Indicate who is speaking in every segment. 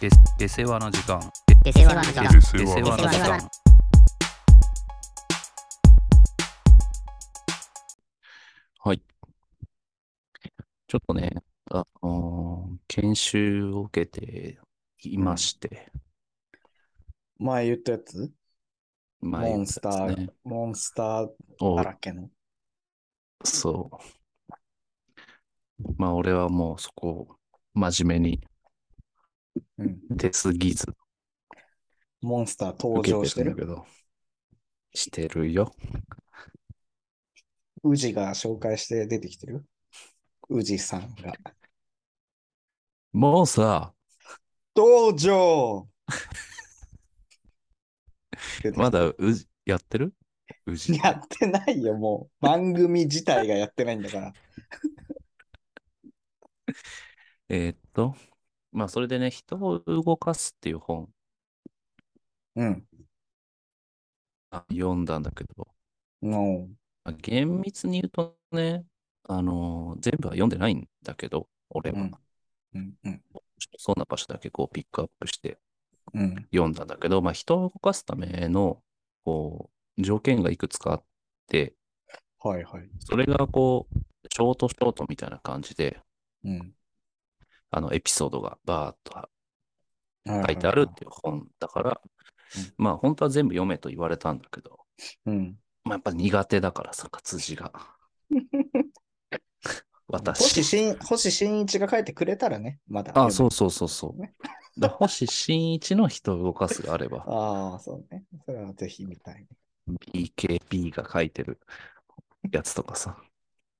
Speaker 1: で出世話の時間
Speaker 2: 出世話の時間
Speaker 3: で
Speaker 1: 出
Speaker 3: 世
Speaker 1: 世
Speaker 3: 話
Speaker 1: 話の時間
Speaker 3: はい。ちょっとね、あのー研修を受けていまして、
Speaker 4: 前言ったやつ
Speaker 3: まあ
Speaker 4: モンスター
Speaker 3: やつですね、
Speaker 4: モンスター
Speaker 3: を
Speaker 4: だらけの。
Speaker 3: そう。まあ、俺はもうそこを真面目に
Speaker 4: うん。
Speaker 3: 出すぎず
Speaker 4: モンスター登
Speaker 3: 受け
Speaker 4: 場して
Speaker 3: るん
Speaker 4: る
Speaker 3: だ。けど、してるよ。
Speaker 4: 宇治が紹介して出てきてる宇治さんが。
Speaker 3: もうさ、
Speaker 4: 登場
Speaker 3: まだうやってるうじ
Speaker 4: やってないよ、もう。番組自体がやってないんだから。
Speaker 3: えーっと、まあ、それでね、人を動かすっていう本
Speaker 4: うん。
Speaker 3: あ読んだんだけど、
Speaker 4: も
Speaker 3: まあ厳密に言うとね、あのー全部は読んでないんだけど、俺は、
Speaker 4: うん
Speaker 3: ちょっ
Speaker 4: う、うん、うん、
Speaker 3: とそうな場所だけこうピックアップして
Speaker 4: うん、
Speaker 3: 読んだんだけど、まあ、人を動かすためのこう条件がいくつかあって、
Speaker 4: はいはい。
Speaker 3: それがこう、ショートショートみたいな感じで、
Speaker 4: うん。
Speaker 3: あのエピソードがバーっと
Speaker 4: ははは
Speaker 3: 書いてあるっ。ていう本だから、まあ本当は全部読めと言われたんだけど、
Speaker 4: うん。
Speaker 3: まあ、やっぱ苦手だからさ、活字 が。
Speaker 4: 星
Speaker 3: 私。
Speaker 4: 新星新一が書いてくれたらね、まだ。
Speaker 3: あ、そうそうそうそう
Speaker 4: ね。
Speaker 3: だ星新一の人を動かすがあれば、
Speaker 4: ああ、そうね。それはぜひ見たい
Speaker 3: BKB が書いてるやつとかさ。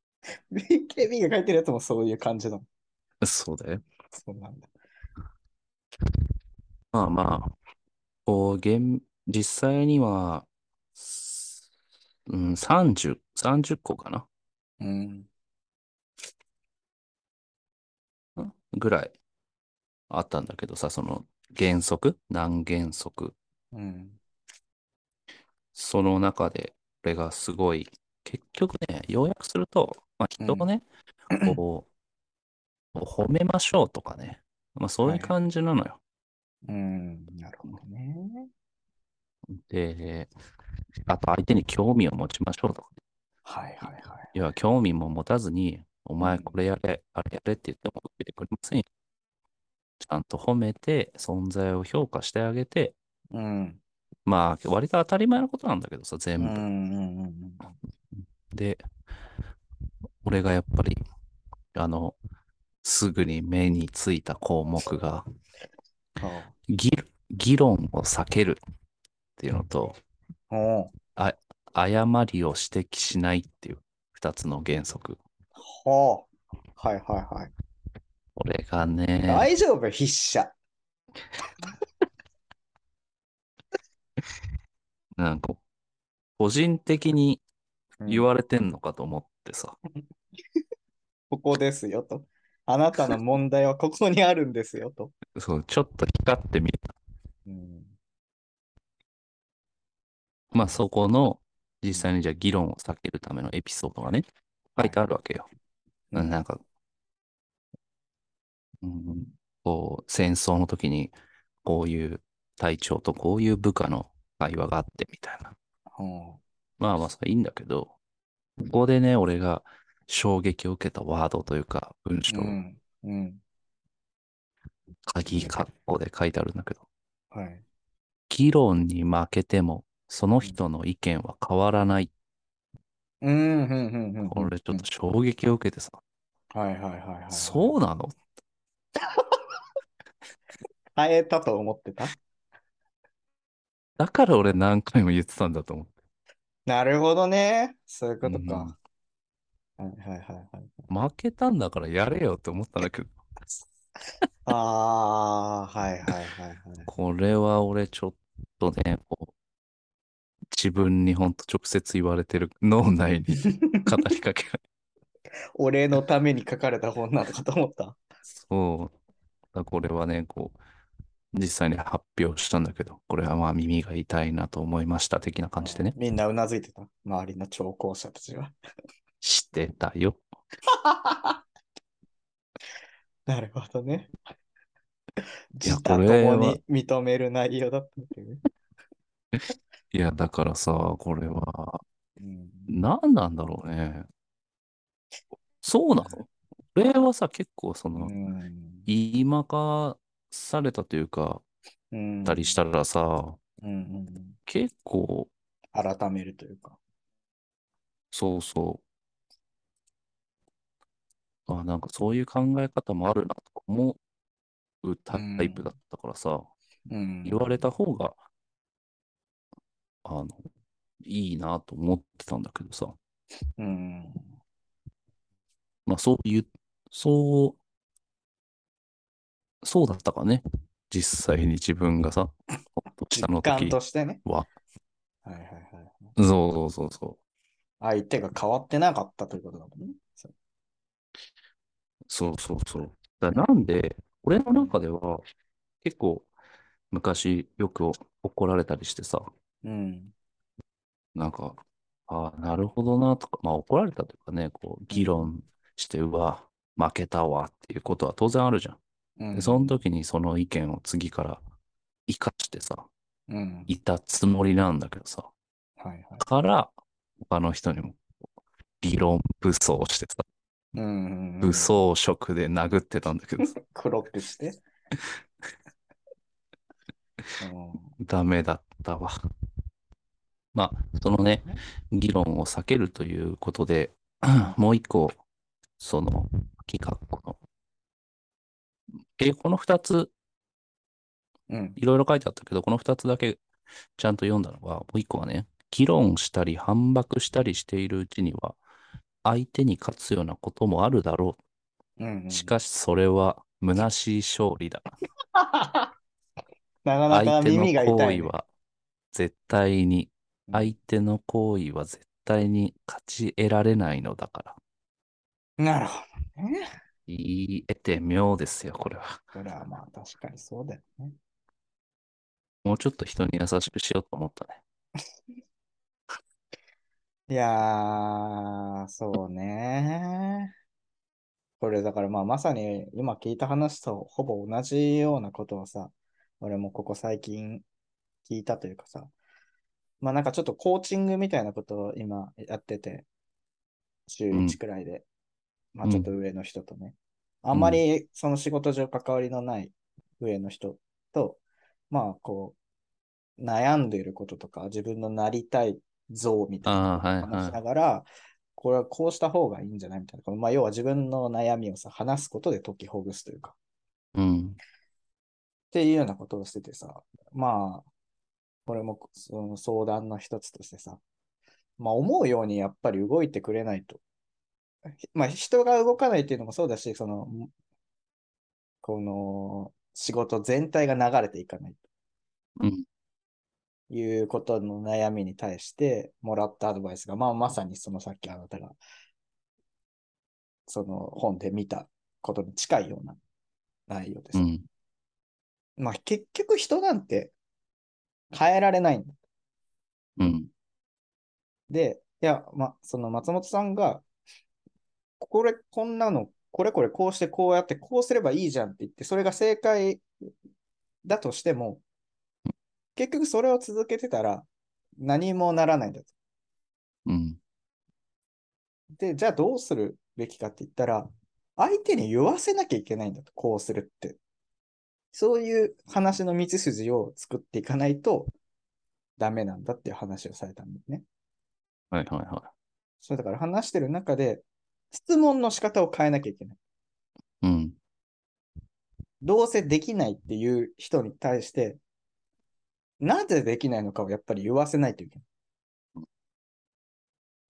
Speaker 4: ね。BKB が書いてるやつもそういう感じの。
Speaker 3: そうだよ。
Speaker 4: そうなんだ。
Speaker 3: まあまあ、こう、現、実際には、すうん、30、30個かな
Speaker 4: うん。
Speaker 3: ぐらいあったんだけどさ、その原則、何原則。
Speaker 4: うん。
Speaker 3: その中で、これがすごい、結局ね、要約すると、まあ、人をね、こ う、こう褒めましょうとかね、まあ、そういう感じなのよ。
Speaker 4: うん。なるほどね。
Speaker 3: で、あと相手に興味を持ちましょうとか、
Speaker 4: はいはいはい。
Speaker 3: 要は興味も持たずに、お前
Speaker 4: うん
Speaker 3: これやれ、あれやれって言っても受けてくれませんよ。ちゃんと褒めて、存在を評価してあげて、
Speaker 4: うん。
Speaker 3: まあ、割と当たり前のことなんだけどさ、
Speaker 4: う
Speaker 3: 全
Speaker 4: ん
Speaker 3: 部。
Speaker 4: うんうんうん。
Speaker 3: で、俺がやっぱり、あの、すぐに目についた項目が、
Speaker 4: あ
Speaker 3: 議、議論を避けるっていうのと、
Speaker 4: あ。おう
Speaker 3: 誤りを指摘しないっていう二つの原則。
Speaker 4: ほう。はいはいはい。
Speaker 3: これがね、
Speaker 4: 大丈夫、筆者。
Speaker 3: なんか、個人的に
Speaker 4: うん
Speaker 3: 言われてんのかと思ってさ、
Speaker 4: ここですよと。あなたの問題はここにあるんですよ と。
Speaker 3: そう、ちょっと光ってみた。
Speaker 4: うん。
Speaker 3: まあ、そこの、実際にじゃあ議論を避けるためのエピソードがね、書いてあるわけよ。ななんか、うん、こう、戦争の時に、こういう隊長とこういう部下の会話があってみたいな。
Speaker 4: うん
Speaker 3: まあまあ、それいいんだけど、ここでね、俺が衝撃を受けたワードというか、文章
Speaker 4: う、ん。うん。
Speaker 3: 鍵括弧で書いてあるんだけど、
Speaker 4: はい。
Speaker 3: 議論に負けても、その人の意見は変わらない。
Speaker 4: うん、うん、うんうん。
Speaker 3: 俺ちょっと衝撃を受けてさ、
Speaker 4: と。はいはいはいはいはい。
Speaker 3: そうなの
Speaker 4: 変えたと思ってた
Speaker 3: だから俺何回も言ってたんだと思って。
Speaker 4: なるほどね。そういうこと
Speaker 3: うん
Speaker 4: か。はいはいはいはい。
Speaker 3: 負けたんだからやれよって思ったんだけど、
Speaker 4: ああー、はい はいはいはい。
Speaker 3: これは俺ちょっとね、こう自分にほんと直接言われてる脳内に語りかけられ
Speaker 4: 俺のために書かれた本なのかと思った。
Speaker 3: そう。だからこれはね、こう、実際に発表したんだけど、これはまあ耳が痛いなと思いました的な感じでね、
Speaker 4: みんなうなずいてた。周りの聴講者たちは。
Speaker 3: してたよ。
Speaker 4: なるほどね。自他
Speaker 3: これ
Speaker 4: 共
Speaker 3: は
Speaker 4: に認める内容だったっていうね。
Speaker 3: いや、だからさ、これは、
Speaker 4: うん
Speaker 3: 何なんだろうね。そうなの俺はさ、結構その、言いまかされたというか、
Speaker 4: うん
Speaker 3: たりしたらさ、
Speaker 4: うんうん
Speaker 3: 結構、
Speaker 4: 改めるというか。
Speaker 3: そうそう。あ、なんかそういう考え方もあるなとか思うタ
Speaker 4: うん
Speaker 3: イプだったからさ、
Speaker 4: うん
Speaker 3: 言われた方が、あの、いいなと思ってたんだけどさ、
Speaker 4: うん
Speaker 3: まあそういう、そう、そうだったかね。実際に自分がさ、ほっと下の
Speaker 4: 実感
Speaker 3: 時
Speaker 4: としてね。
Speaker 3: は。
Speaker 4: はいはいはい。
Speaker 3: そうそうそうそう。
Speaker 4: 相手が変わってなかったということだもんね。そう
Speaker 3: そうそうそう。だからなんで、俺の中では、結構、昔よく怒られたりしてさ、
Speaker 4: うん。
Speaker 3: なんか、ああ、なるほどなとか、まあ怒られたというかね、こう、議論して、うわ、負けたわっていうことは当然あるじゃ。
Speaker 4: うんん。
Speaker 3: で、その時にその意見を次から生かしてさ、
Speaker 4: うん。
Speaker 3: いたつもりなんだけどさ、
Speaker 4: はいはい。
Speaker 3: から、他の人にも、理論武装してさ、
Speaker 4: うんうんうん
Speaker 3: 武装色で殴ってたんだけ どさ、
Speaker 4: 黒くして。うん
Speaker 3: ダメだったわ。まあ、そのね、議論を避けるということで、 もう一個、その、企画の、え、この二つ、
Speaker 4: うん。
Speaker 3: いろいろ書いてあったけど、この二つだけちゃんと読んだのは、もう一個はね、議論したり反駁したりしているうちには、相手に勝つようなこともあるだろ
Speaker 4: うんうん
Speaker 3: う。しかし、それは虚しい勝利だ。
Speaker 4: なかなか
Speaker 3: 相手の
Speaker 4: 耳が痛
Speaker 3: 行
Speaker 4: い、
Speaker 3: 為
Speaker 4: ね。
Speaker 3: は絶対に、
Speaker 4: うん
Speaker 3: 相手の行為は絶対に勝ち得られないのだから。
Speaker 4: なるほどね。
Speaker 3: 言い得て妙ですよ、これは。
Speaker 4: これはまあ確かにそうだよね。
Speaker 3: もうちょっと人に優しくしようと思ったね。
Speaker 4: いやー、そうね。これだからまあまさに今聞いた話とほぼ同じようなことをさ、俺もここ最近聞いたというかさ、まあなんかちょっとコーチングみたいなことを今やってて、週
Speaker 3: うん
Speaker 4: 1くらいで、まあちょっと上の人とね、あんまりその仕事上関わりのない上の人と、まあこう、悩んでいることとか、自分のなりたい像みたいなこ
Speaker 3: あ
Speaker 4: と
Speaker 3: ーはい
Speaker 4: を話しながら、これはこうした方がいいんじゃないみたいな。まあ、要は自分の悩みをさ、話すことで解きほぐすというか、っ
Speaker 3: うん。
Speaker 4: ていうようなことをしててさ、まあ、これもその相談の一つとしてさ、まあ思うようにやっぱり動いてくれないと。ひまあ人が動かないっていうのもそうだし、その、この仕事全体が流れていかない。
Speaker 3: うん。
Speaker 4: いうことの悩みに対してもらったアドバイスが、まあ、まさにそのさっきあなたが、その本で見たことに近いような内容です。
Speaker 3: うん。
Speaker 4: まあ、結局人なんて変えられないん
Speaker 3: うん。
Speaker 4: で、いや、ま、その松本さんが、これ、こんなの、これこれこうしてこうやってこうすればいいじゃんって言って、それが正解だとしても、結局それを続けてたら何もならないんだと。
Speaker 3: うん。
Speaker 4: で、じゃあどうするべきかって言ったら、相手に言わせなきゃいけないんだと、こうするって。そういう話の道筋を作っていかないとダメなんだっていう話をされたんですね。
Speaker 3: はいはいは
Speaker 4: そうだから話してる中で、質問の仕方を変えなきゃいけない。
Speaker 3: い。うん。
Speaker 4: どうせできないっていう人に対して、なぜできないのかをやっぱり言わせないといけない。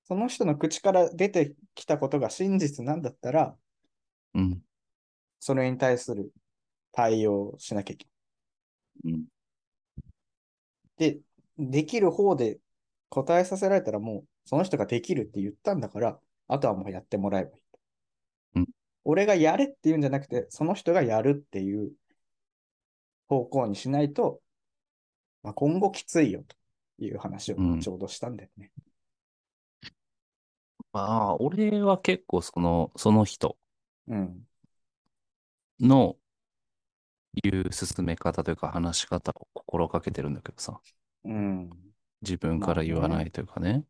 Speaker 4: その人の口から出てきたことが真実なんだったら、
Speaker 3: うん。
Speaker 4: それに対する対応をしなきゃいけ
Speaker 3: うん。
Speaker 4: ない。で、できる方で答えさせられたらもう、その人ができるって言ったんだから、あとはもうやってもらえばいい。
Speaker 3: うん
Speaker 4: 俺がやれって言うんじゃなくて、その人がやるっていう方向にしないと、まあ、今後きついよという話を
Speaker 3: うん
Speaker 4: ちょうどしたんだよね。
Speaker 3: まあ、俺は結構その、その人
Speaker 4: うん。
Speaker 3: のいう進め方というか話し方を心がけてるんだけどさ、
Speaker 4: うん。
Speaker 3: 自分から言わ
Speaker 4: まあ
Speaker 3: な
Speaker 4: ね
Speaker 3: いというかね。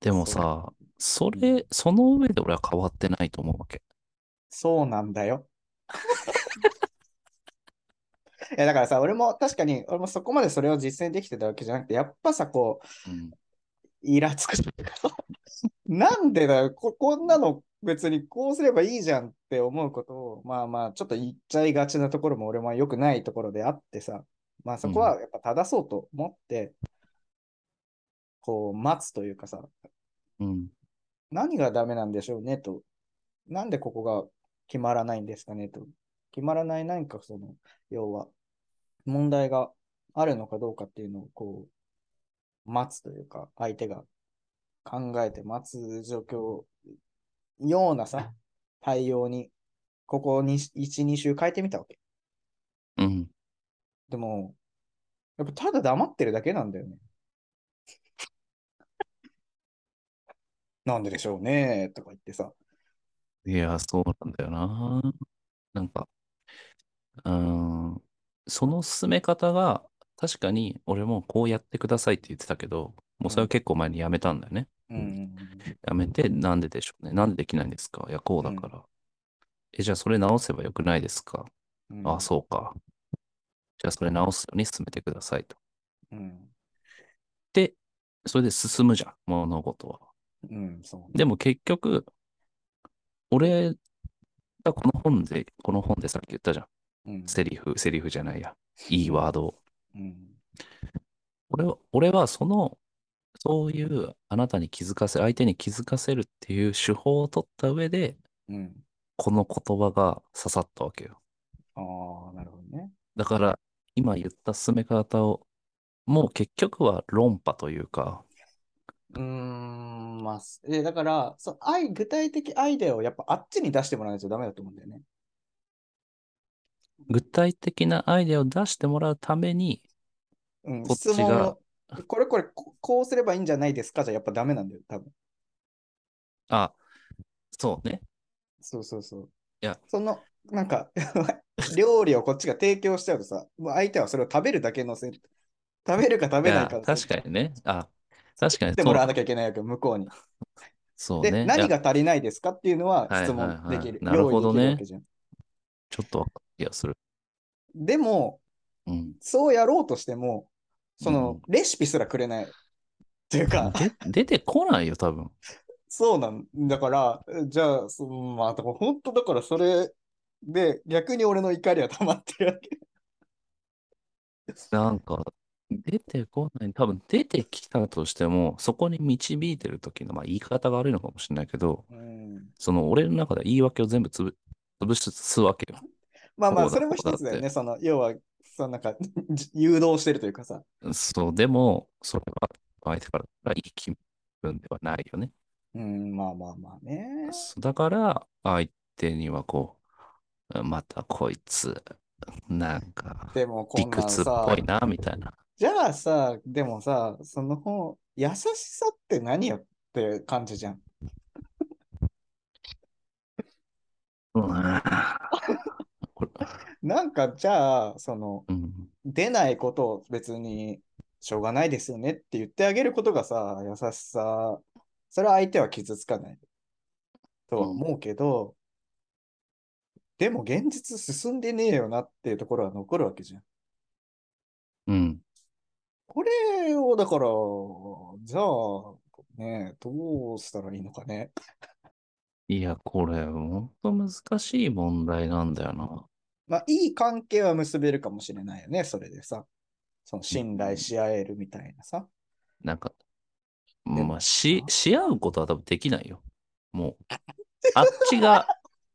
Speaker 3: でも
Speaker 4: そう
Speaker 3: さ、それ、その上で俺は変わってないと思うわけ。
Speaker 4: そうなんだよ。いやだからさ、俺も確かに、俺もそこまでそれを実践できてたわけじゃなくて、やっぱさ、こう、
Speaker 3: うん
Speaker 4: イラつくというか さなんでだよこ、こんなの別にこうすればいいじゃんって思うことを、まあまあ、ちょっと言っちゃいがちなところも俺も良くないところであってさ、まあそこはやっぱ正そうと思って、こう、待つというかさ、
Speaker 3: うん。
Speaker 4: 何がダメなんでしょうねと、なんでここが決まらないんですかねと、決まらない何かその、要は、問題があるのかどうかっていうのをこう、待つというか、相手が考えて待つ状況、ようなさ、対応に、ここに1、2週変えてみたわけ。
Speaker 3: うん。
Speaker 4: でも、やっぱただ黙ってるだけなんだよね。なんででしょうねとか言ってさ。
Speaker 3: いや、そうなんだよな。なんか、うーん、その進め方が、確かに俺もこうやってくださいって言ってたけど、もうそれは結構前にやめたんだよね。
Speaker 4: うん。
Speaker 3: やめて、なんででしょうね。なんでできないんですかいや、こうだから。え、じゃあそれ直せばよくないですか
Speaker 4: うん
Speaker 3: あ、そうか。じゃあそれ直すように進めてくださいと。
Speaker 4: うん。
Speaker 3: で、それで進むじゃん、物事は。
Speaker 4: うん、そうね。
Speaker 3: でも結局、俺がこの本で、この本でさっき言ったじゃん。
Speaker 4: うん。
Speaker 3: セリフ、セリフじゃないや。いいワードを。
Speaker 4: うん。
Speaker 3: 俺は、俺はその、そういうあなたに気づかせ、相手に気づかせるっていう手法を取った上で、
Speaker 4: うん。
Speaker 3: この言葉が刺さったわけよ。
Speaker 4: ああ、なるほどね。
Speaker 3: だから、今言った進め方を、もう結局は論破というか、
Speaker 4: うーん、まあ、すえだからそうアイ、具体的アイデアをやっぱあっちに出してもらわないとダメだと思うんだよね。
Speaker 3: 具体的なアイデアを出してもらうために、
Speaker 4: うん、
Speaker 3: こっち
Speaker 4: 質
Speaker 3: が
Speaker 4: 問を、これこれ、ここうすればいいんじゃないですかじゃやっぱダメなんだよ、多分。
Speaker 3: あ、そうね。
Speaker 4: そうそうそう。
Speaker 3: いや
Speaker 4: その、なんか、 料理をこっちが提供しちゃうとさ、もう相手はそれを食べるだけのせ、食べるか食
Speaker 3: い
Speaker 4: べない
Speaker 3: や、
Speaker 4: かの
Speaker 3: 確かにね。あ、確かに
Speaker 4: で
Speaker 3: そ
Speaker 4: も
Speaker 3: うだ
Speaker 4: らわなきゃいけないわけよ、向こうに。
Speaker 3: そう
Speaker 4: で、
Speaker 3: ね。いや
Speaker 4: 何が足りないですかっていうのは
Speaker 3: はい
Speaker 4: 質
Speaker 3: はい
Speaker 4: 問
Speaker 3: はい
Speaker 4: できる。
Speaker 3: なるほどね
Speaker 4: 用意できるわけじゃん。
Speaker 3: ちょっとわかる気がする。
Speaker 4: でも、
Speaker 3: うん。
Speaker 4: そうやろうとしても、その、レシピすらくれない。っていうか、
Speaker 3: で出てこないよ、多分。
Speaker 4: そうなんだから、じゃあ、そのまあ、でも本当だからそれで、逆に俺の怒りは溜まってるわけ。
Speaker 3: なんか、出てこない。多分、出てきたとしても、そこに導いてる時の、まあ、言い方が悪いのかもしれないけど、
Speaker 4: うん、
Speaker 3: その、俺の中では言い訳を全部つぶ、潰すわけよ。
Speaker 4: まあまあ、
Speaker 3: そ
Speaker 4: そ
Speaker 3: だ
Speaker 4: うれも一つだよ
Speaker 3: そうだ
Speaker 4: ね。その、要は、そのなんか、誘導してるというかさ。
Speaker 3: そう、でも、それは、相手からいい気分ではないよね。
Speaker 4: うん、まあまあまあね。
Speaker 3: そうだから、相手にはこう、またこいつ、なんか、
Speaker 4: でも、こ
Speaker 3: 理
Speaker 4: んなん
Speaker 3: 屈っ
Speaker 4: さ
Speaker 3: ぽい、な、みたいな。
Speaker 4: じゃあさ、でもさ、その方、優しさって何よって感じじゃん。
Speaker 3: うん これ
Speaker 4: なんか、じゃあ、その、
Speaker 3: うん
Speaker 4: 出ないことを別にしょうがないですよねって言ってあげることがさ、優しさ、それは相手は傷つかないとは思うけど、でも現実進んでねえよなっていうところは残るわけじゃん。
Speaker 3: うん。
Speaker 4: これを、だから、じゃあ、ねえ、どうしたらいいのかね。
Speaker 3: いや、これ、ほんと難しい問題なんだよな。
Speaker 4: まあ、いい関係は結べるかもしれないよね、それでさ。その信頼し合えるみたいなさ。
Speaker 3: なんか、
Speaker 4: で
Speaker 3: ま
Speaker 4: も
Speaker 3: あ、し、し合うことは多分できないよ。も う、あっちが、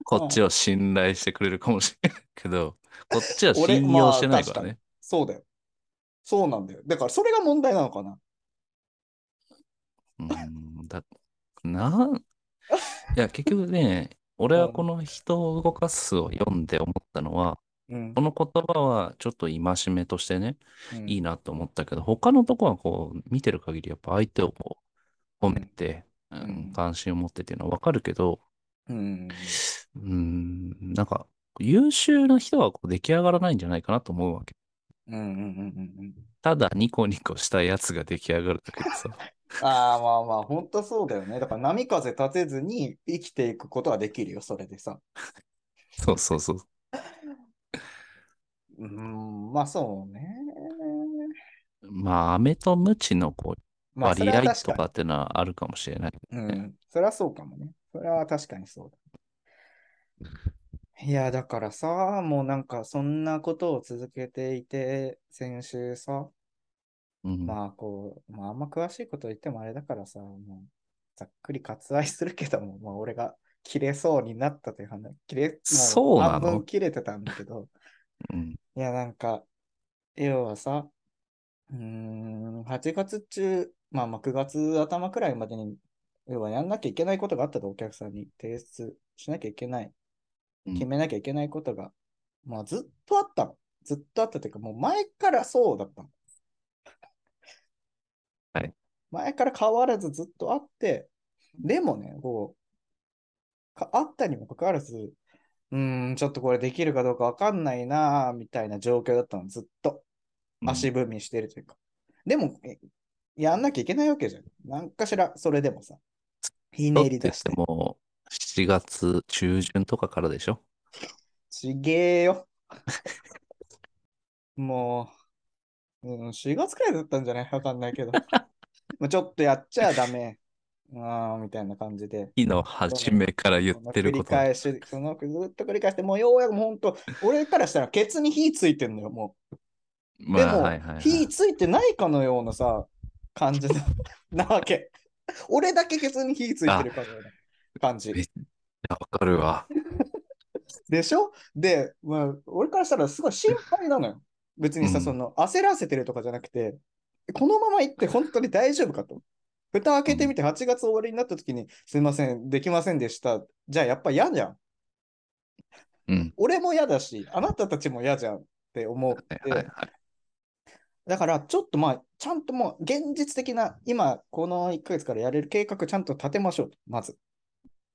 Speaker 3: こっちを信頼してくれるかもしれないけど、こっちは
Speaker 4: 俺
Speaker 3: 信
Speaker 4: まあ
Speaker 3: 用してないからね。
Speaker 4: そうだよ。そうなんだよ。だから、それが問題なのかな。
Speaker 3: うーんだ、なん、いや、結局ね、 俺はこの人を動かすを読んで思ったのは、
Speaker 4: うん
Speaker 3: こ。の言葉はちょっと戒めとしてね、
Speaker 4: うん
Speaker 3: いいなと思ったけど、他のとこはこう、見てる限りやっぱ相手をこう、褒めて、うん
Speaker 4: うん
Speaker 3: 関心を持ってっていうのはわかるけど、
Speaker 4: うん。
Speaker 3: うーん、なんか、優秀な人はこう出来上がらないんじゃないかなと思うわけ。
Speaker 4: うんうんうんうんうん。
Speaker 3: ただニコニコしたやつが出来上がるだけで さ。
Speaker 4: ああ、まあまあ、本当そうだよね。だから波風立てずに生きていくことはできるよ、それでさ。
Speaker 3: そうそうそう。
Speaker 4: うーん、まあそうね。
Speaker 3: まあ、飴とムチのこう
Speaker 4: まあ、そ
Speaker 3: 割
Speaker 4: れは
Speaker 3: 合
Speaker 4: 確
Speaker 3: と
Speaker 4: か
Speaker 3: かってのはあるかもしれない。
Speaker 4: に。うん、それはそうかもね。それは確かにそうだ。いや、だからさ、もうなんかそんなことを続けていて、先週さ、
Speaker 3: うん。
Speaker 4: まあこう、まああんま詳しいこと言ってもあれだからさ、もうざっくり割愛するけども、まあ俺が切れそうになったという話、切れ、も
Speaker 3: そうなの
Speaker 4: 半分切れてたんだけど、
Speaker 3: うん。
Speaker 4: いやなんか、要はさ、うーん、8月中、まあまあ9月頭くらいまでに、要はやんなきゃいけないことがあったと、お客さんに提出しなきゃいけない、
Speaker 3: うん
Speaker 4: 決めなきゃいけないことが、まあずっとあったの。ずっとあったというか、もう前からそうだったの。
Speaker 3: はい。
Speaker 4: 前から変わらずずっとあって、でもね、こう、かあったにもかかわらず、うーん、ちょっとこれできるかどうかわかんないなあみたいな状況だったの、ずっと。
Speaker 3: うん
Speaker 4: 足踏みしてるというか。でも、えやんなきゃいけないわけじゃん。なんかしら、それでもさ、ひねり出して
Speaker 3: だっ。てもう7月中旬とかからでしょ
Speaker 4: ちげえよ。 もう、うん、4月くらいだったんじゃないわかんな いけど。もうちょっとやっちゃダメ。あーみたいな感じで。
Speaker 3: 日の初めから言ってること
Speaker 4: その繰。り返し、そのずっと繰り返して、もうようやくもう本当、俺からしたらケツに火ついてんのよ、もう。で
Speaker 3: まあ、
Speaker 4: も、
Speaker 3: はいはい、はい。
Speaker 4: 火ついてないかのようなさ、感じだ なわけ。俺だけケツに火ついてるかのような感じ。
Speaker 3: めっちゃわかるわ。
Speaker 4: でしょで、まあ、俺からしたらすごい心配なのよ。別にさ、
Speaker 3: うん
Speaker 4: その、焦らせてるとかじゃなくて、このまま行って本当に大丈夫かと。蓋開けてみて8月終わりになった時に、すいません、できませんでした。じゃあやっぱ嫌じゃん。
Speaker 3: うん。
Speaker 4: 俺も嫌だし、あなたたちも嫌じゃんって思って、
Speaker 3: はいはいはい。
Speaker 4: だからちょっとまあ、ちゃんともう現実的な、今、この1ヶ月からやれる計画ちゃんと立てましょうと、まず。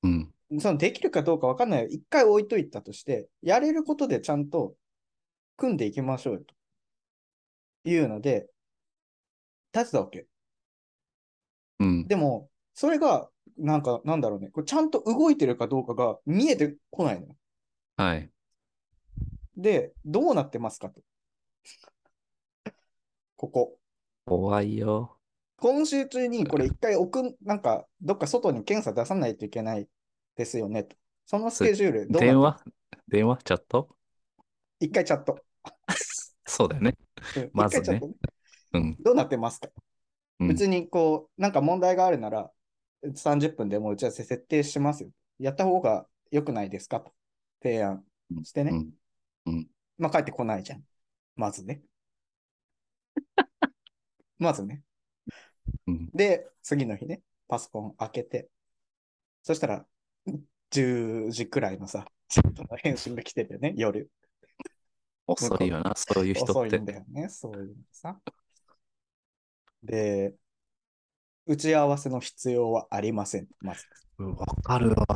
Speaker 3: うん。
Speaker 4: そのできるかどうか分かんないよ。一回置いといたとして、やれることでちゃんと組んでいきましょうよと。いうので、立てたわけ。
Speaker 3: うん。
Speaker 4: でも、それが、なんか、なんだろうね。これちゃんと動いてるかどうかが見えてこないのよ。
Speaker 3: はい。
Speaker 4: で、どうなってますかと。ここ。
Speaker 3: 怖いよ。
Speaker 4: 今週中にこれ一回置く、なんか、どっか外に検査出さないといけないですよねと。そのスケジュール、どう
Speaker 3: 電
Speaker 4: なっ
Speaker 3: 話電話チャット
Speaker 4: て一回チャット。
Speaker 3: そうだよね。
Speaker 4: うん
Speaker 3: まずね
Speaker 4: 一回チャット
Speaker 3: うん。
Speaker 4: どうなってますか、
Speaker 3: うん
Speaker 4: 別にこう、なんか問題があるなら、30分でもう打ち合わせ設定しますよ。やった方が良くないですかと提案してね。
Speaker 3: うん。
Speaker 4: まあ、帰ってこないじゃん。ま ずね。まずね。
Speaker 3: うん
Speaker 4: で、次の日ね、パソコン開けて、そしたら、10時くらいのさ、 チャットの返信が来てるよね、夜。
Speaker 3: 遅いよな、そういう人
Speaker 4: 遅
Speaker 3: っ
Speaker 4: い
Speaker 3: て
Speaker 4: ん。だよね、そういうのさ。で、打ち合わせの必要はありません。まず。
Speaker 3: うんわかるわ。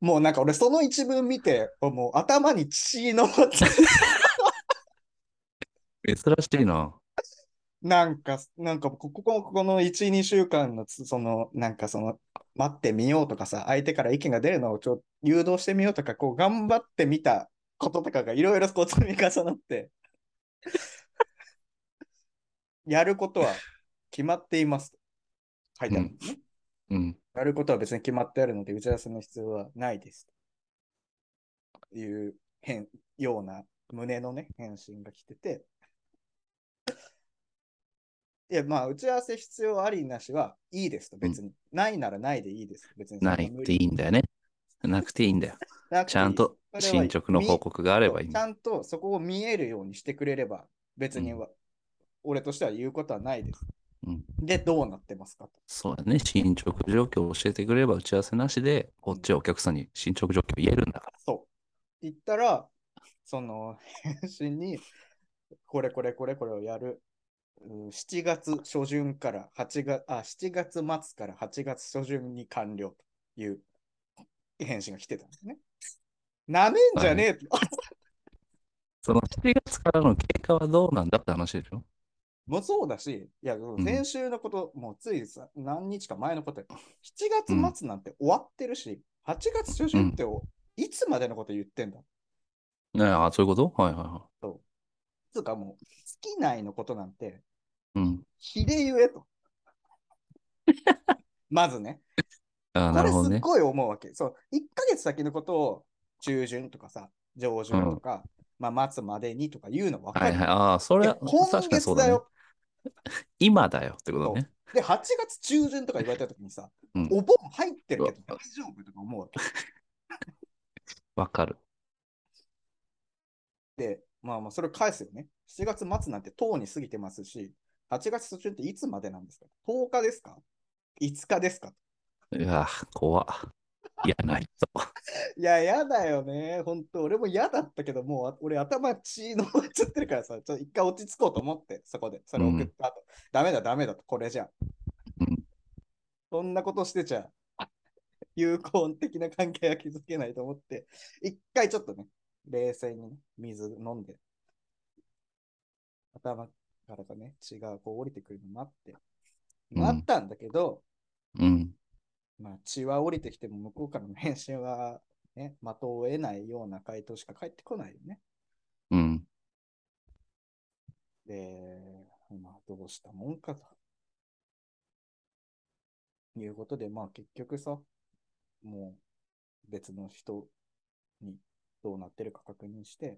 Speaker 4: もうなんか俺その一文見て、もう頭に血のって
Speaker 3: 珍しいな。
Speaker 4: なんか、なんかここここの1、2週間のつその、なんかその、待ってみようとかさ、相手から意見が出るのをちょ誘導してみようとか、こう頑張ってみたこととかがいろいろこう積み重なって、やることは決まっていますと書いてあるんですね。
Speaker 3: うん。
Speaker 4: やることは別に決まってあるので、打ち合わせの必要はないです。という変ような胸のね、返信が来てて。いや、まあ、打ち合わせ必要ありなしはいいですと、別に。ないならないでいいです。別にそん
Speaker 3: ないっていいんだよね。なくていいんだよ。
Speaker 4: なくていい
Speaker 3: ちゃんと
Speaker 4: それは
Speaker 3: 進捗の報告があればいいん
Speaker 4: ちゃ
Speaker 3: だ。
Speaker 4: んとそこを見えるようにしてくれれば、別には、俺としては言うことはないです。
Speaker 3: うん
Speaker 4: で、どうなってますかと。
Speaker 3: そうだね。進捗状況を教えてくれれば打ち合わせなしで、こっちはお客さんに進捗状況言えるんだか
Speaker 4: そう。言ったら、その、返信に、これこれこれこれをやる。うん7月初旬から8月、あ、7月末から8月初旬に完了という返信が来てたんですね。なめんじゃねえと。
Speaker 3: その7月からの経過はどうなんだって話でしょ
Speaker 4: もうそうだし、いや、
Speaker 3: ん
Speaker 4: 先週のこと、もうついさ何日か前のことよ、7月末なんて終わってるし、8月初旬ってお、いつまでのこと言ってんだ
Speaker 3: ねあ、そういうことはいはいは
Speaker 4: つうかもう、尽きないのことなんて、
Speaker 3: い。うん。
Speaker 4: 比で言えと。 まずね、
Speaker 3: あー
Speaker 4: こ
Speaker 3: な
Speaker 4: れ
Speaker 3: るほど
Speaker 4: すっ
Speaker 3: ね。
Speaker 4: ごい思うわけ。そう、1ヶ月先のことを中旬とかさ、上旬とか、まあ、末までにとか言うの分か
Speaker 3: はい
Speaker 4: る。
Speaker 3: はい。ああ、そ
Speaker 4: い
Speaker 3: れ
Speaker 4: や
Speaker 3: は
Speaker 4: 今
Speaker 3: 確かにそ
Speaker 4: 月
Speaker 3: うだ
Speaker 4: だ
Speaker 3: ね
Speaker 4: よ。。
Speaker 3: 今だよってことね。
Speaker 4: で、8月中旬とか言われたときにさ、
Speaker 3: うん
Speaker 4: お盆入ってるけど大丈夫とか思うわけ
Speaker 3: わかる。
Speaker 4: で、まあまあ、それを返すよね。7月末なんてとうに過ぎてますし、8月初旬っていつまでなんですか ?10 日ですか ?5 日ですか
Speaker 3: いやー、怖っ。いや、ないと。
Speaker 4: いや、やだよね。本当俺も嫌だったけど、もうあ俺頭血のまっちゃってるからさ、ちょっと一回落ち着こうと思って、そこで、それ送った後、ダメだ、ダメだと、これじゃ。
Speaker 3: うん
Speaker 4: そんなことしてちゃ、 友好的な関係は築けないと思って、一回ちょっとね、冷静に、ね、水飲んで、頭からかね、血がこう降りてくるの待って、
Speaker 3: うん
Speaker 4: 待ったんだけど、
Speaker 3: うん。
Speaker 4: まあ、血は降りてきても向こうからの返信は、ね、的を得ないような回答しか返ってこないよね。
Speaker 3: うん。
Speaker 4: で、まあ、どうしたもんかと。いうことで、まあ結局さ、もう別の人にどうなってるか確認して、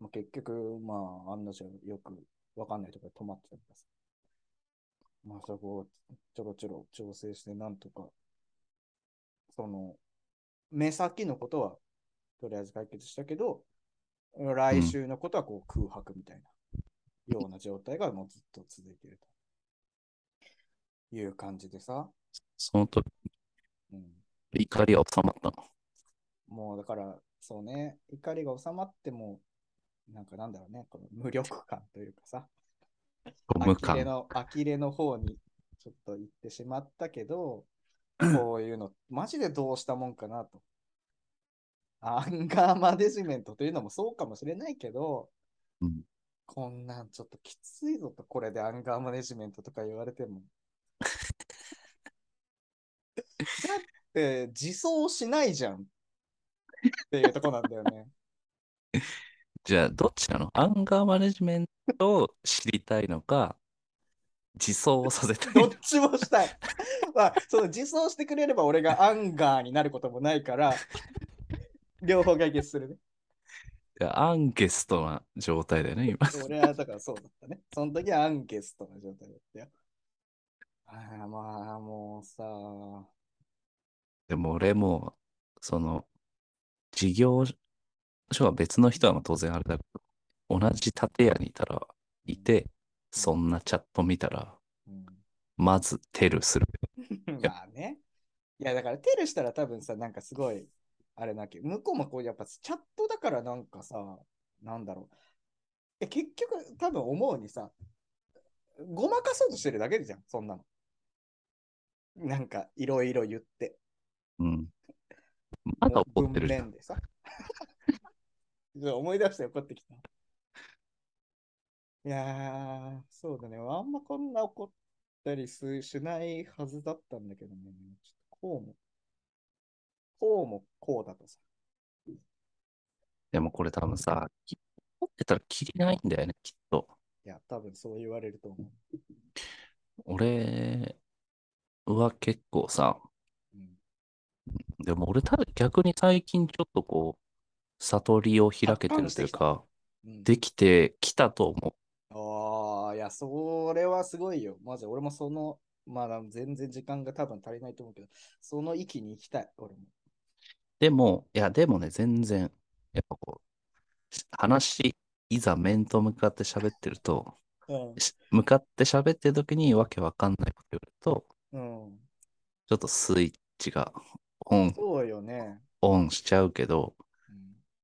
Speaker 4: まあ、結局、まあ案の定よくわかんないところで止まってたからさ。まあそこをちょろちょろ調整してなんとか、その、目先のことはとりあえず解決したけど、来週のことはこう空白みたいな、ような状態がもうずっと続いているという感じでさ、
Speaker 3: その時、
Speaker 4: うん、
Speaker 3: 怒りは収まったの。
Speaker 4: もうだからそうね、怒りが収まっても、なんかなんだろうね、この無力感というかさ、
Speaker 3: 虚無
Speaker 4: 呆
Speaker 3: 感。
Speaker 4: れの、呆れの方にちょっと行ってしまったけ ど、こういうの、マジでどうしたもんかなと。アンガーマネジメントというのもそうかもしれないけど、
Speaker 3: うん
Speaker 4: こんなんちょっときついぞと、これでアンガーマネジメントとか言われ ても。だって、自走しないじゃんっていうとこなんだよね。
Speaker 3: じゃあ、どっちなのアンガーマネジメントを知りたいのか、自走をさせ たい
Speaker 4: ど
Speaker 3: の
Speaker 4: っ
Speaker 3: か。
Speaker 4: ちもしたい。まあ、その自走してくれれば俺がアンガーになることもないから、両方解決するね。
Speaker 3: いやアンゲストな状態だよね、今。
Speaker 4: 俺はだからそうだったね。その時はアンゲストな状態だったよ。ああ、まあ、もうさ、
Speaker 3: でも俺も、その、事業所は別の人はまあ当然あれだけど、同じ建屋にいたら、いて、そんなチャット見たら、
Speaker 4: うん、
Speaker 3: まずテルする。
Speaker 4: まあね。いや、だからテルしたら多分さ、なんかすごい、あれなきゃ、向こうもこう、やっぱチャットだからなんかさ、なんだろう。え、結局多分思うにさ、ごまかそうとしてるだけじゃん、そんなの。なんか、いろいろ言って。
Speaker 3: うん。まだ怒ってるじゃん。
Speaker 4: 文面でさ。 ちょっと思い出して怒ってきた。いやー、そうだね。あんまこんな怒ったりすしないはずだったんだけどね。ちょっとこうも、こうもこうだとさ。
Speaker 3: でもこれ多分さ、き怒ってたら切りないんだよね、きっと。
Speaker 4: いや、多分そう言われると思
Speaker 3: 俺は結構さ、
Speaker 4: う。うん、
Speaker 3: でも俺ただ逆に最近ちょっとこう、悟りを開けてるというか、
Speaker 4: うん、
Speaker 3: できてきたと思
Speaker 4: ああ、いや、それはすごいよ。マジ、俺もその、まだ全然時間が多分足りないと思うけど、その域に行きたい、俺も。
Speaker 3: う。でも、いや、でもね、全然、やっぱこう、し話、いざ面と向かって喋ってると、し向かって喋ってる時にわけわかんないこと言われると、
Speaker 4: うん。うん。
Speaker 3: ちょっとスイッチがオン、
Speaker 4: そうよね。
Speaker 3: オンしちゃうけど、
Speaker 4: うん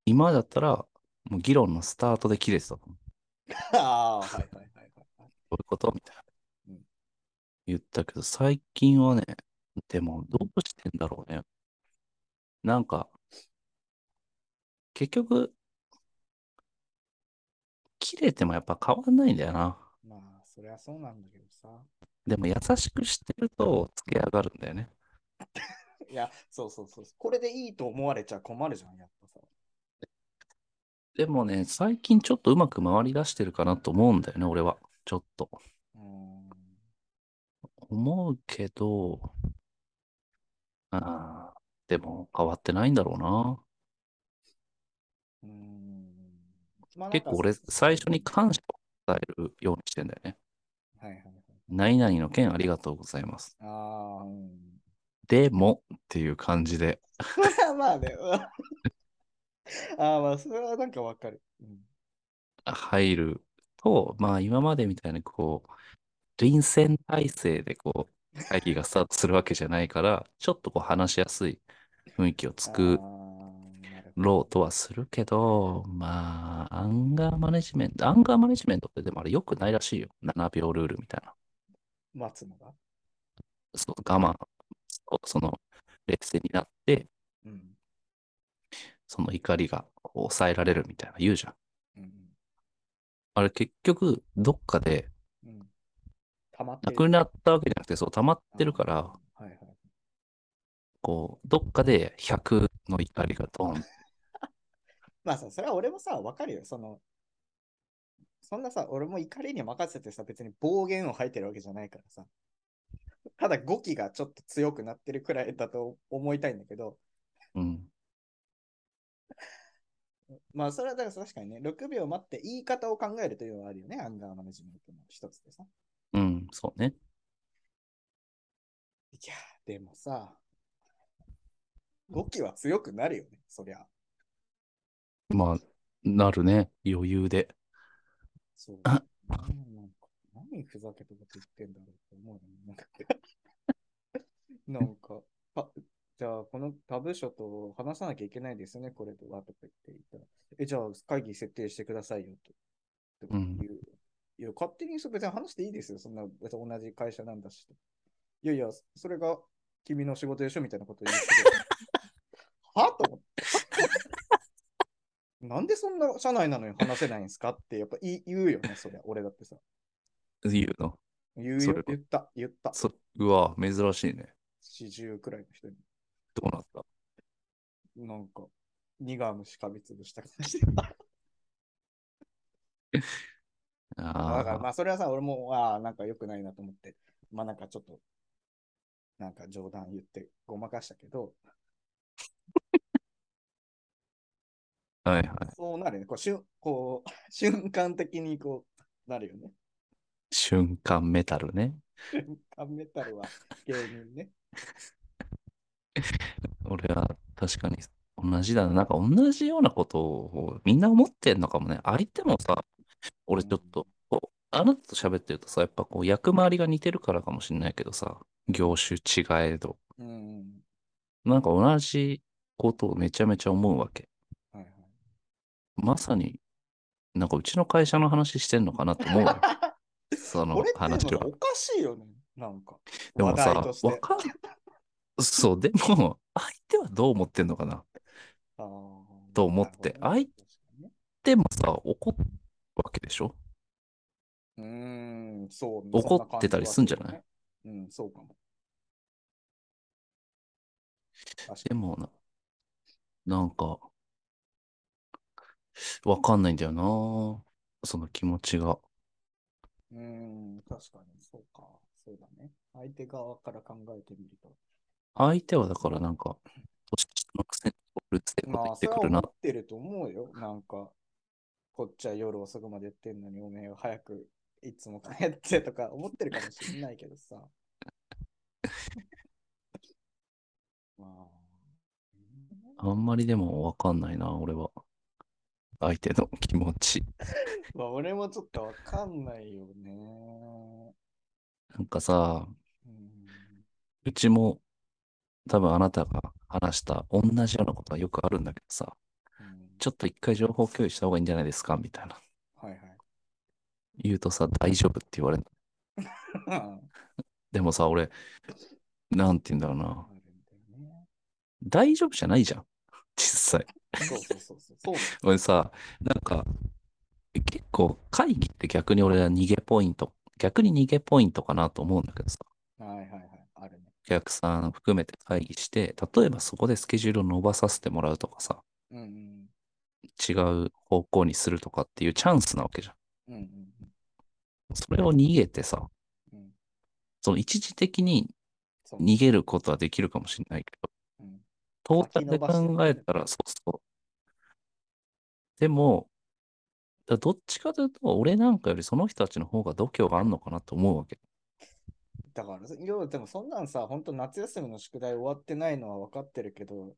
Speaker 3: 今だったら、もう議論のスタートで切れてたと思う。
Speaker 4: ああ、はいはいはいはい。
Speaker 3: どういうことみたいな
Speaker 4: うん。
Speaker 3: 言ったけど、最近はね、でも、どうしてんだろうね。なんか、結局、切れてもやっぱ変わんないんだよな。
Speaker 4: まあ、そりゃそうなんだけどさ。
Speaker 3: でも優しくしてると、つけ上がるんだよね。
Speaker 4: いや、そうそうそう。これでいいと思われちゃ困るじゃん、やっぱさ。
Speaker 3: でもね、最近ちょっとうまく回り出してるかなと思うんだよね、俺は。ちょっと。
Speaker 4: うーん。
Speaker 3: 思うけど、ああ、でも変わってないんだろうな。
Speaker 4: うーんまあなん
Speaker 3: 結
Speaker 4: か
Speaker 3: 構俺、最初に感謝を伝えるようにしてんだよね。
Speaker 4: はいはいはい。
Speaker 3: 何々の件ありがとうございます。
Speaker 4: ああ、うん。
Speaker 3: でもっていう感じで。
Speaker 4: まあね。うん ああ、まあ、それはなんかわかる。うん
Speaker 3: 入ると、まあ今までみたいにこう、臨戦態勢でこう、会議がスタートするわけじゃないから、ちょっとこう話しやすい雰囲気を作
Speaker 4: あーなるほど
Speaker 3: ろうとはするけど、まあ、アンガーマネジメント、アンガーマネジメントってでもあれ良くないらしいよ。7秒ルールみたいな。
Speaker 4: 待つのが。
Speaker 3: そう、我慢、そうその、冷静になって、
Speaker 4: うん。
Speaker 3: その怒りがこう抑えられるみたいな言うじゃん。
Speaker 4: うん。
Speaker 3: あれ結局、どっかで、
Speaker 4: うん。溜まって
Speaker 3: なくなったわけじゃなくて、そう、溜まってるから、
Speaker 4: あーはいはい。
Speaker 3: こう、どっかで100の怒りがドン。
Speaker 4: まあさ、それは俺もさ、わかるよ。その、そんなさ、俺も怒りに任せてさ、別に暴言を吐いてるわけじゃないからさ。 ただ語気がちょっと強くなってるくらいだと思いたいんだけど、
Speaker 3: うん。
Speaker 4: まあそれはだから確かにね、6秒待って言い方を考えるというのはあるよね、アンガーマネジメントの一つでさ。
Speaker 3: うん、そうね。
Speaker 4: いや、でもさ、語気は強くなるよね、そりゃ。
Speaker 3: まあ、なるね。余裕で。
Speaker 4: そう。
Speaker 3: あ
Speaker 4: うんなんか何ふざけたこと言ってんだろうって思うよね。なんかなんか あ、じゃあこのタブ書と話さなきゃいけないですね、これとはとか言って言ったら、え、じゃあ会議設定してくださいよと。とか
Speaker 3: うん
Speaker 4: 言ういや、勝手にそう別に話していいですよ、そんな別に同じ会社なんだし。いやいや、それが君の仕事でしょみたいなこと言ってくる はと思って。なんでそんな社内なのに話せないんですかってやっぱ言い言うよね、そりゃ。俺だってさ。
Speaker 3: 言うの。
Speaker 4: 言う
Speaker 3: そ
Speaker 4: よ
Speaker 3: れ、
Speaker 4: 言った、言った。
Speaker 3: そ、うわ、珍しいね。
Speaker 4: 40くらいの人に。
Speaker 3: どうなった
Speaker 4: なんか、苦虫かみつぶした感じ。 だから
Speaker 3: あ
Speaker 4: まあそれはさ、俺も、ああ、なんか良くないなと思って、まあなんかちょっと、なんか冗談言ってごまかしたけど、
Speaker 3: あ、はいはい。
Speaker 4: そうなるよね。こう、しゅんこう 瞬間的にこう、なるよね。
Speaker 3: 瞬間メタルね。
Speaker 4: 瞬間メタルは芸人ね。
Speaker 3: 俺は確かに同じだな。なんか同じようなことをみんな思ってんのかもね。相手もさ、俺ちょっと、こうあなたと喋ってるとさ、やっぱこう役回りが似てるからかもしれないけどさ、業種違えど、
Speaker 4: うん。
Speaker 3: なんか同じことをめちゃめちゃ思うわけ。
Speaker 4: はいはい。
Speaker 3: まさに、なんかうちの会社の話してんのかなと思うよ その
Speaker 4: これって
Speaker 3: 話
Speaker 4: でもさ
Speaker 3: は
Speaker 4: お。かしいよね。なんか。
Speaker 3: でもさ、
Speaker 4: 話題として
Speaker 3: わかん、そう、でも、相手はどう思ってんのかな
Speaker 4: あ
Speaker 3: と思って
Speaker 4: あい
Speaker 3: でもさ、怒るわけでしょ
Speaker 4: うーん、そうね。
Speaker 3: 怒ってたりすんじゃない
Speaker 4: そな感じはするねうん、そうかも。確
Speaker 3: で
Speaker 4: かに。
Speaker 3: もな、なんか、わかんないんだよな。その気持ちが。
Speaker 4: うーん、確かに、そうか。そうだね。相手側から考えてみると。
Speaker 3: 相手はだからなんか、年下のくせに怒るってこと
Speaker 4: ま
Speaker 3: 言
Speaker 4: あ、
Speaker 3: って
Speaker 4: そ
Speaker 3: く
Speaker 4: れは
Speaker 3: る
Speaker 4: 思
Speaker 3: な。
Speaker 4: ってると思うよ。なんか、こっちは夜遅くまでやってんのに、おめえは早くいつも帰ってとか思ってるかもしれないけ どさ。まあ、
Speaker 3: あんまりでもわかんないな、俺は。相手の気持ち。
Speaker 4: まあ、俺もちょっとわかんないよね。
Speaker 3: なんかさ、
Speaker 4: うん
Speaker 3: うちも多分あなたが話した同じようなことはよくあるんだけどさ、
Speaker 4: うん
Speaker 3: ちょっと一回情報共有した方がいいんじゃないですかみたいな。
Speaker 4: はいはい。
Speaker 3: 言うとさ、大丈夫って言われるの。でもさ、俺、なんて言うんだろう
Speaker 4: あ
Speaker 3: な。
Speaker 4: るんだよね。
Speaker 3: 大丈夫じゃないじゃん。実際。
Speaker 4: そうそうそうそう。そう
Speaker 3: 俺さ、なんか、結構会議って逆に俺は逃げポイント、逆に逃げポイントかなと思うんだけどさ、
Speaker 4: はいはいはい。あるね。
Speaker 3: お客さん含めて会議して、例えばそこでスケジュールを伸ばさせてもらうとかさ、
Speaker 4: うんうん
Speaker 3: 違う方向にするとかっていうチャンスなわけじゃん。
Speaker 4: うん。うんうん
Speaker 3: それを逃げてさ、
Speaker 4: うん。うん
Speaker 3: その一時的に
Speaker 4: そう
Speaker 3: 逃げることはできるかもしれないけど、
Speaker 4: うん
Speaker 3: トータルで
Speaker 4: 先延
Speaker 3: 考
Speaker 4: ばし
Speaker 3: え
Speaker 4: て
Speaker 3: たら、そうそう。でも、だどっちかというと、俺なんかよりその人たちの方が度胸があるのかなと思うわけ。
Speaker 4: だから、要はでもそんなんさ、本当夏休みの宿題終わってないのは分かってるけど、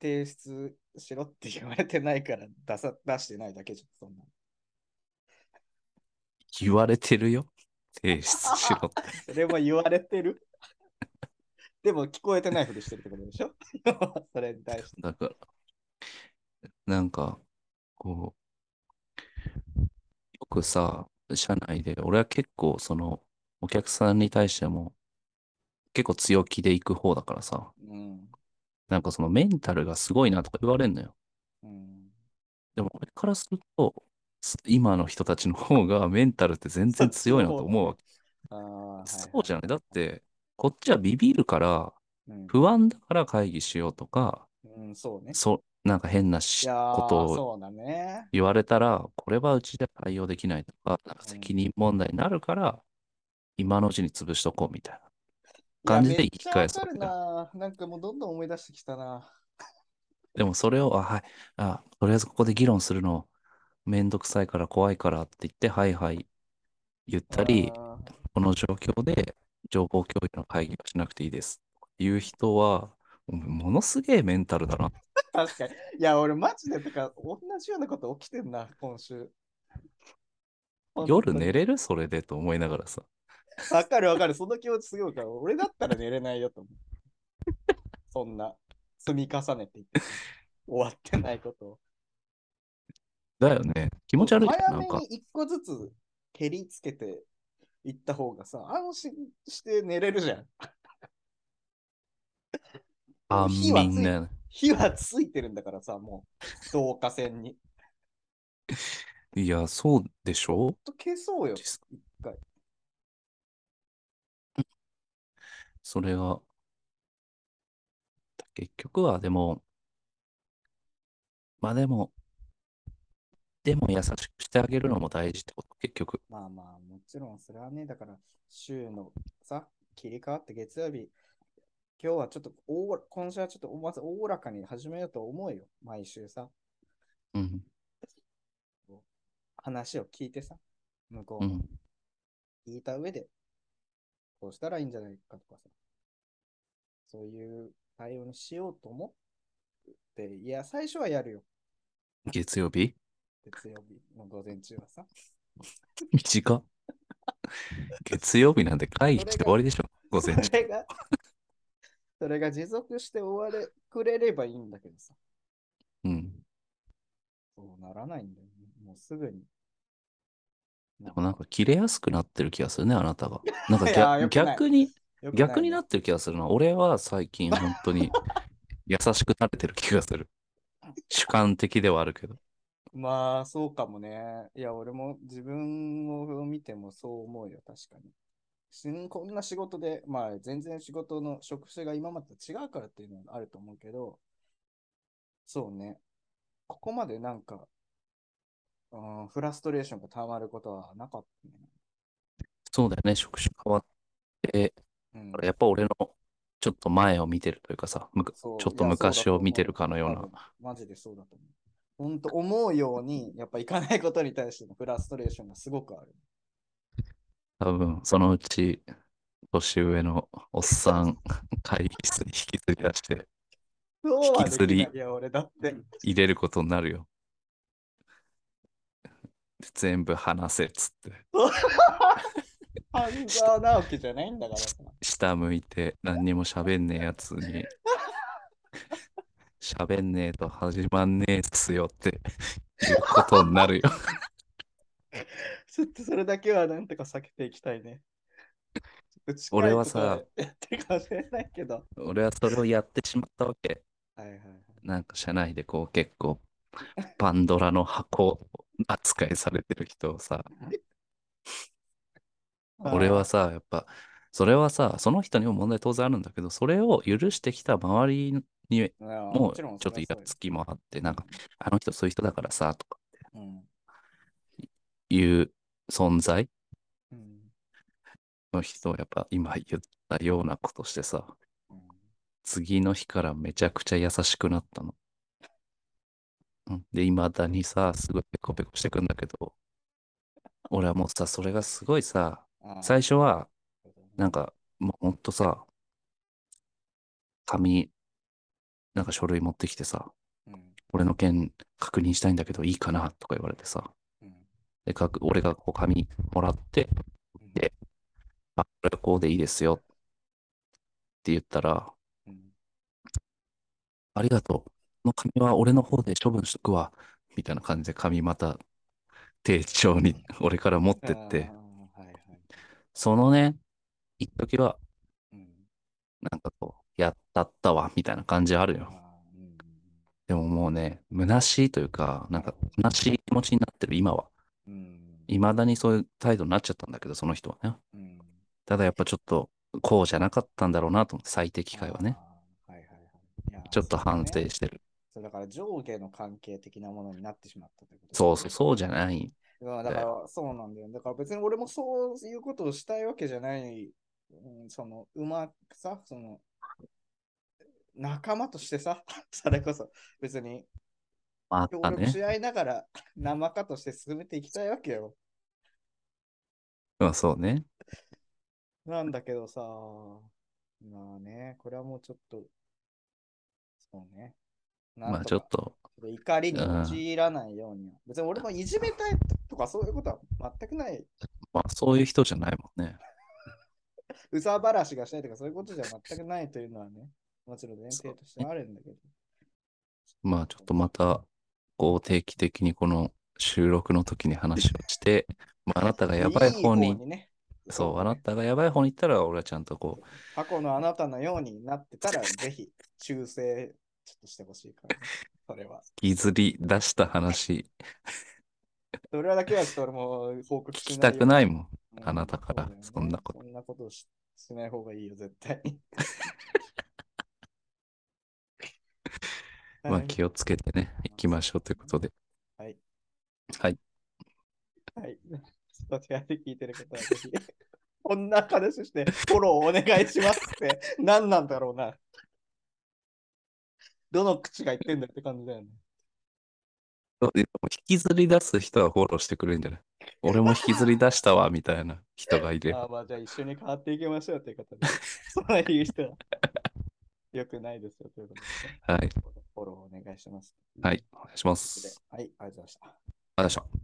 Speaker 4: 提出しろって言われてないから出さ出してないだけじゃん、そんなん。
Speaker 3: 言われてるよ。提出しろって。
Speaker 4: それも言われてる。 でも聞こえてないふりしてるってことでしょ それに対して。
Speaker 3: だから、なんか、こう、よくさ、社内で、俺は結構、その、お客さんに対しても、結構強気で行く方だからさ、
Speaker 4: うん。
Speaker 3: なんかそのメンタルがすごいなとか言われんのよ。
Speaker 4: うん、
Speaker 3: でも、俺からすると、す今の人たちの方がメンタルって全然強いなと思うわけ。
Speaker 4: ああ、はい、
Speaker 3: そうじゃない。だって、こっちはビビるから、
Speaker 4: うん、
Speaker 3: 不安だから会議しようとか、
Speaker 4: うん、そうね。
Speaker 3: そ、なんか変なし
Speaker 4: いやー
Speaker 3: ことを
Speaker 4: そうだね。
Speaker 3: 言われたら、これはうちでは対応できないとか、なんか責任問題になるから、今のうちに潰しとこうみたいな。感じで
Speaker 4: いやめっちゃわかる
Speaker 3: 言い返
Speaker 4: な。なんかもうどんどん思い出してきたな。
Speaker 3: でもそれを、あ、はい、あ、とりあえずここで議論するのめんどくさいから怖いからって言って、はいはい言ったり、
Speaker 4: あー
Speaker 3: この状況で情報共有の会議はしなくていいです。いう人は、ものすげえメンタルだな。
Speaker 4: 確かに。いや、俺マジでとか、同じようなこと起きてんな、今週。
Speaker 3: 夜
Speaker 4: 本当に
Speaker 3: 寝れるそれでと思いながらさ。
Speaker 4: わかるわかる、その気持ちすごいから、俺だったら寝れないよと思う。そんな、積み重ねていって、終わってないことを。
Speaker 3: だよね。気持ち悪いじゃん、
Speaker 4: 早
Speaker 3: なん
Speaker 4: め
Speaker 3: か。
Speaker 4: に一個ずつ蹴りつけていった方がさ、安心して寝れるじゃ ん。
Speaker 3: あ、
Speaker 4: 火はつい
Speaker 3: みんな。
Speaker 4: 火はついてるんだからさ、もう、導火線に。
Speaker 3: いや、そうでしょ
Speaker 4: と消そうよ。
Speaker 3: 実
Speaker 4: 一回
Speaker 3: それが、結局はでも、まあでも、でも優しくしてあげるのも大事ってこと、結局。
Speaker 4: まあまあ、もちろんそれはね、だから、週のさ、切り替わって月曜日、今日はちょっとおお、今週はちょっとまずおおらかに始めようと思うよ。毎週さ、
Speaker 3: うん、
Speaker 4: 話を聞いてさ、向こ
Speaker 3: う
Speaker 4: うも
Speaker 3: ん。
Speaker 4: 聞いた上で、こうしたらいいんじゃないかとかさ、そういう対応にしようと思って、いや、最初はやるよ。
Speaker 3: 月曜日
Speaker 4: 月曜日の午前中は さ。
Speaker 3: 短っ月曜日なんて会議して終わりでしょ、午前中
Speaker 4: そ。れが、それが持続して終われくれればいいんだけどさ。
Speaker 3: うん。
Speaker 4: そうならないんだよね。もうすぐに。
Speaker 3: でもなんか切れやすくなってる気がするね、あなたが。なんか
Speaker 4: いやー
Speaker 3: 逆
Speaker 4: よ
Speaker 3: 逆
Speaker 4: くない
Speaker 3: に、
Speaker 4: よくい
Speaker 3: 逆になってる気がするな。俺は最近本当に優しくなれてる気がする。主観的ではあるけど。
Speaker 4: まあ、そうかもね。いや、俺も自分を見てもそう思うよ、確かに。しこんな仕事で、まあ、全然仕事の職種が今までと違うからっていうのはあると思うけど、そうね。ここまでなんか、うん、フラストレーションがたまることはなかったね。
Speaker 3: そうだよね、職種変わって、
Speaker 4: うん
Speaker 3: やっぱ俺のちょっと前を見てるというかさ、むく
Speaker 4: そう
Speaker 3: ちょっと昔を見てるかのよう
Speaker 4: いや
Speaker 3: な
Speaker 4: そうだと思。マジでそうだと思う。本当思うように、やっぱいかないことに対してのフラストレーションがすごくある。
Speaker 3: 多分そのうち年上のおっさん会議室に引きずり出して
Speaker 4: そうはできない
Speaker 3: 引きず
Speaker 4: いや、俺だって。
Speaker 3: 入れることになるよ。全部話せっつって、
Speaker 4: 半 沢直樹じゃないんだからさ。
Speaker 3: 下向いて何にも喋んねえやつに、喋んねえと始まんねえっすよっていうことになるよ。
Speaker 4: ちょっとそれだけはなんとか避けていきたいね。ちょっと近い
Speaker 3: 俺はさ
Speaker 4: ところでやってるかもしれないけど。
Speaker 3: 俺はそれをやってしまったわけ。
Speaker 4: はいはいはい。
Speaker 3: なんか社内でこう結構、パンドラの箱扱いされてる人をさ、俺はさ、やっぱ、それはさ、その人にも問題当然あるんだけど、それを許してきた周りに
Speaker 4: あー、
Speaker 3: も
Speaker 4: も
Speaker 3: う
Speaker 4: ち
Speaker 3: ち
Speaker 4: ろ
Speaker 3: ょ
Speaker 4: ん
Speaker 3: っとイラつきもあって、なんか、あの人そういう人だからさ、とか
Speaker 4: それはそうよ
Speaker 3: いう存在
Speaker 4: うんうん
Speaker 3: の人をやっぱ今言ったようなことしてさ、
Speaker 4: うん
Speaker 3: 次の日からめちゃくちゃ優しくなったの。うんで、いまだにさ、すごいペコペコしてくんだけど、俺はもうさ、それがすごいさ、
Speaker 4: あー
Speaker 3: 最初は、なん
Speaker 4: か、
Speaker 3: か、もうほんとさ、紙、なんか書類持ってきてさ、
Speaker 4: うん
Speaker 3: 俺の件確認したいんだけどいいかなとか言われてさ、
Speaker 4: うん
Speaker 3: で、かく俺がこう紙もらって、
Speaker 4: うん
Speaker 3: であ、これはこうでいいですよって言ったら、
Speaker 4: うん
Speaker 3: ありがとう。この紙は俺の方で処分しとくわ。みたいな感じで紙また丁重に俺から持ってって、
Speaker 4: あーはいはい
Speaker 3: そのね、一時は
Speaker 4: うん
Speaker 3: なんかこう、やったったわ、みたいな感じあるよ。
Speaker 4: あーうん
Speaker 3: でももうね、虚しいというか、なんか虚しい気持ちになってる今は。
Speaker 4: うん
Speaker 3: 未だにそういう態度になっちゃったんだけど、その人はね。
Speaker 4: うん
Speaker 3: ただやっぱちょっと、こうじゃなかったんだろうなと思って、最適解はね。
Speaker 4: あーはいはいはいいやー
Speaker 3: ちょっと反
Speaker 4: そう,、
Speaker 3: 省してる。
Speaker 4: そうだから上下の関係的なものになってしまったということ
Speaker 3: そうそう、そううじゃない。
Speaker 4: だからそうなんだよだから別に俺もそういうことをしたいわけじゃない、うん、そのうまくさその仲間としてさ それこそ別に
Speaker 3: あっ
Speaker 4: 協
Speaker 3: た
Speaker 4: 力
Speaker 3: ね。
Speaker 4: し合いながら生かとして進めていきたいわけよ
Speaker 3: まあそうね。
Speaker 4: なんだけどさ、まあね、これはもうちょっと、そうね。なん
Speaker 3: まあ
Speaker 4: と
Speaker 3: ちょ
Speaker 4: か
Speaker 3: っと、
Speaker 4: 怒りに陥らないようには。別に俺もいじめたいとかそういうことは全くない。
Speaker 3: まあそういう人じゃないもんね。
Speaker 4: うさばらしがしたいとかそういうことじゃ全くないというのはね、もちろん前提としてあるんだけど。
Speaker 3: まあちょっとまた、こう定期的にこの収録の時に話をして、まああなたがやばい方に、
Speaker 4: ね。
Speaker 3: そう、あな
Speaker 4: ね
Speaker 3: たがやばい方に行ったら、俺はちゃんとこう、
Speaker 4: 過去のあなたのようになって たら、ぜひ修正ちょっとしてほしいからね、それは。
Speaker 3: 引きずり出した話、
Speaker 4: それはだけはちょっと俺も報告
Speaker 3: 聞
Speaker 4: し
Speaker 3: き
Speaker 4: ない
Speaker 3: た
Speaker 4: よ
Speaker 3: くないもん。
Speaker 4: うん
Speaker 3: あなたから
Speaker 4: そうだよ
Speaker 3: そ
Speaker 4: ね
Speaker 3: んなこと。
Speaker 4: そんなことししない方がいいよ、絶対に
Speaker 3: まあ気をつけてね、行きましょうということで。
Speaker 4: はい。
Speaker 3: はい。
Speaker 4: はい。そちらで聞いてる方はぜひ、 こんな話してフォローお願いしますって何なんだろうな。どの口が言ってんだって感じだよね。
Speaker 3: 引きずり出す人はフォローしてくれるんじゃない俺も引きずり出したわ、みたいな人がいれば。
Speaker 4: ああまあじゃあ一緒に変わっていきましょうという 方で、そういう人は良くないですよということでね、
Speaker 3: はい。
Speaker 4: フォローお願いします。
Speaker 3: はい。お願いしま。
Speaker 4: ということですはい、ありがとうございました。
Speaker 3: ありがとうございました。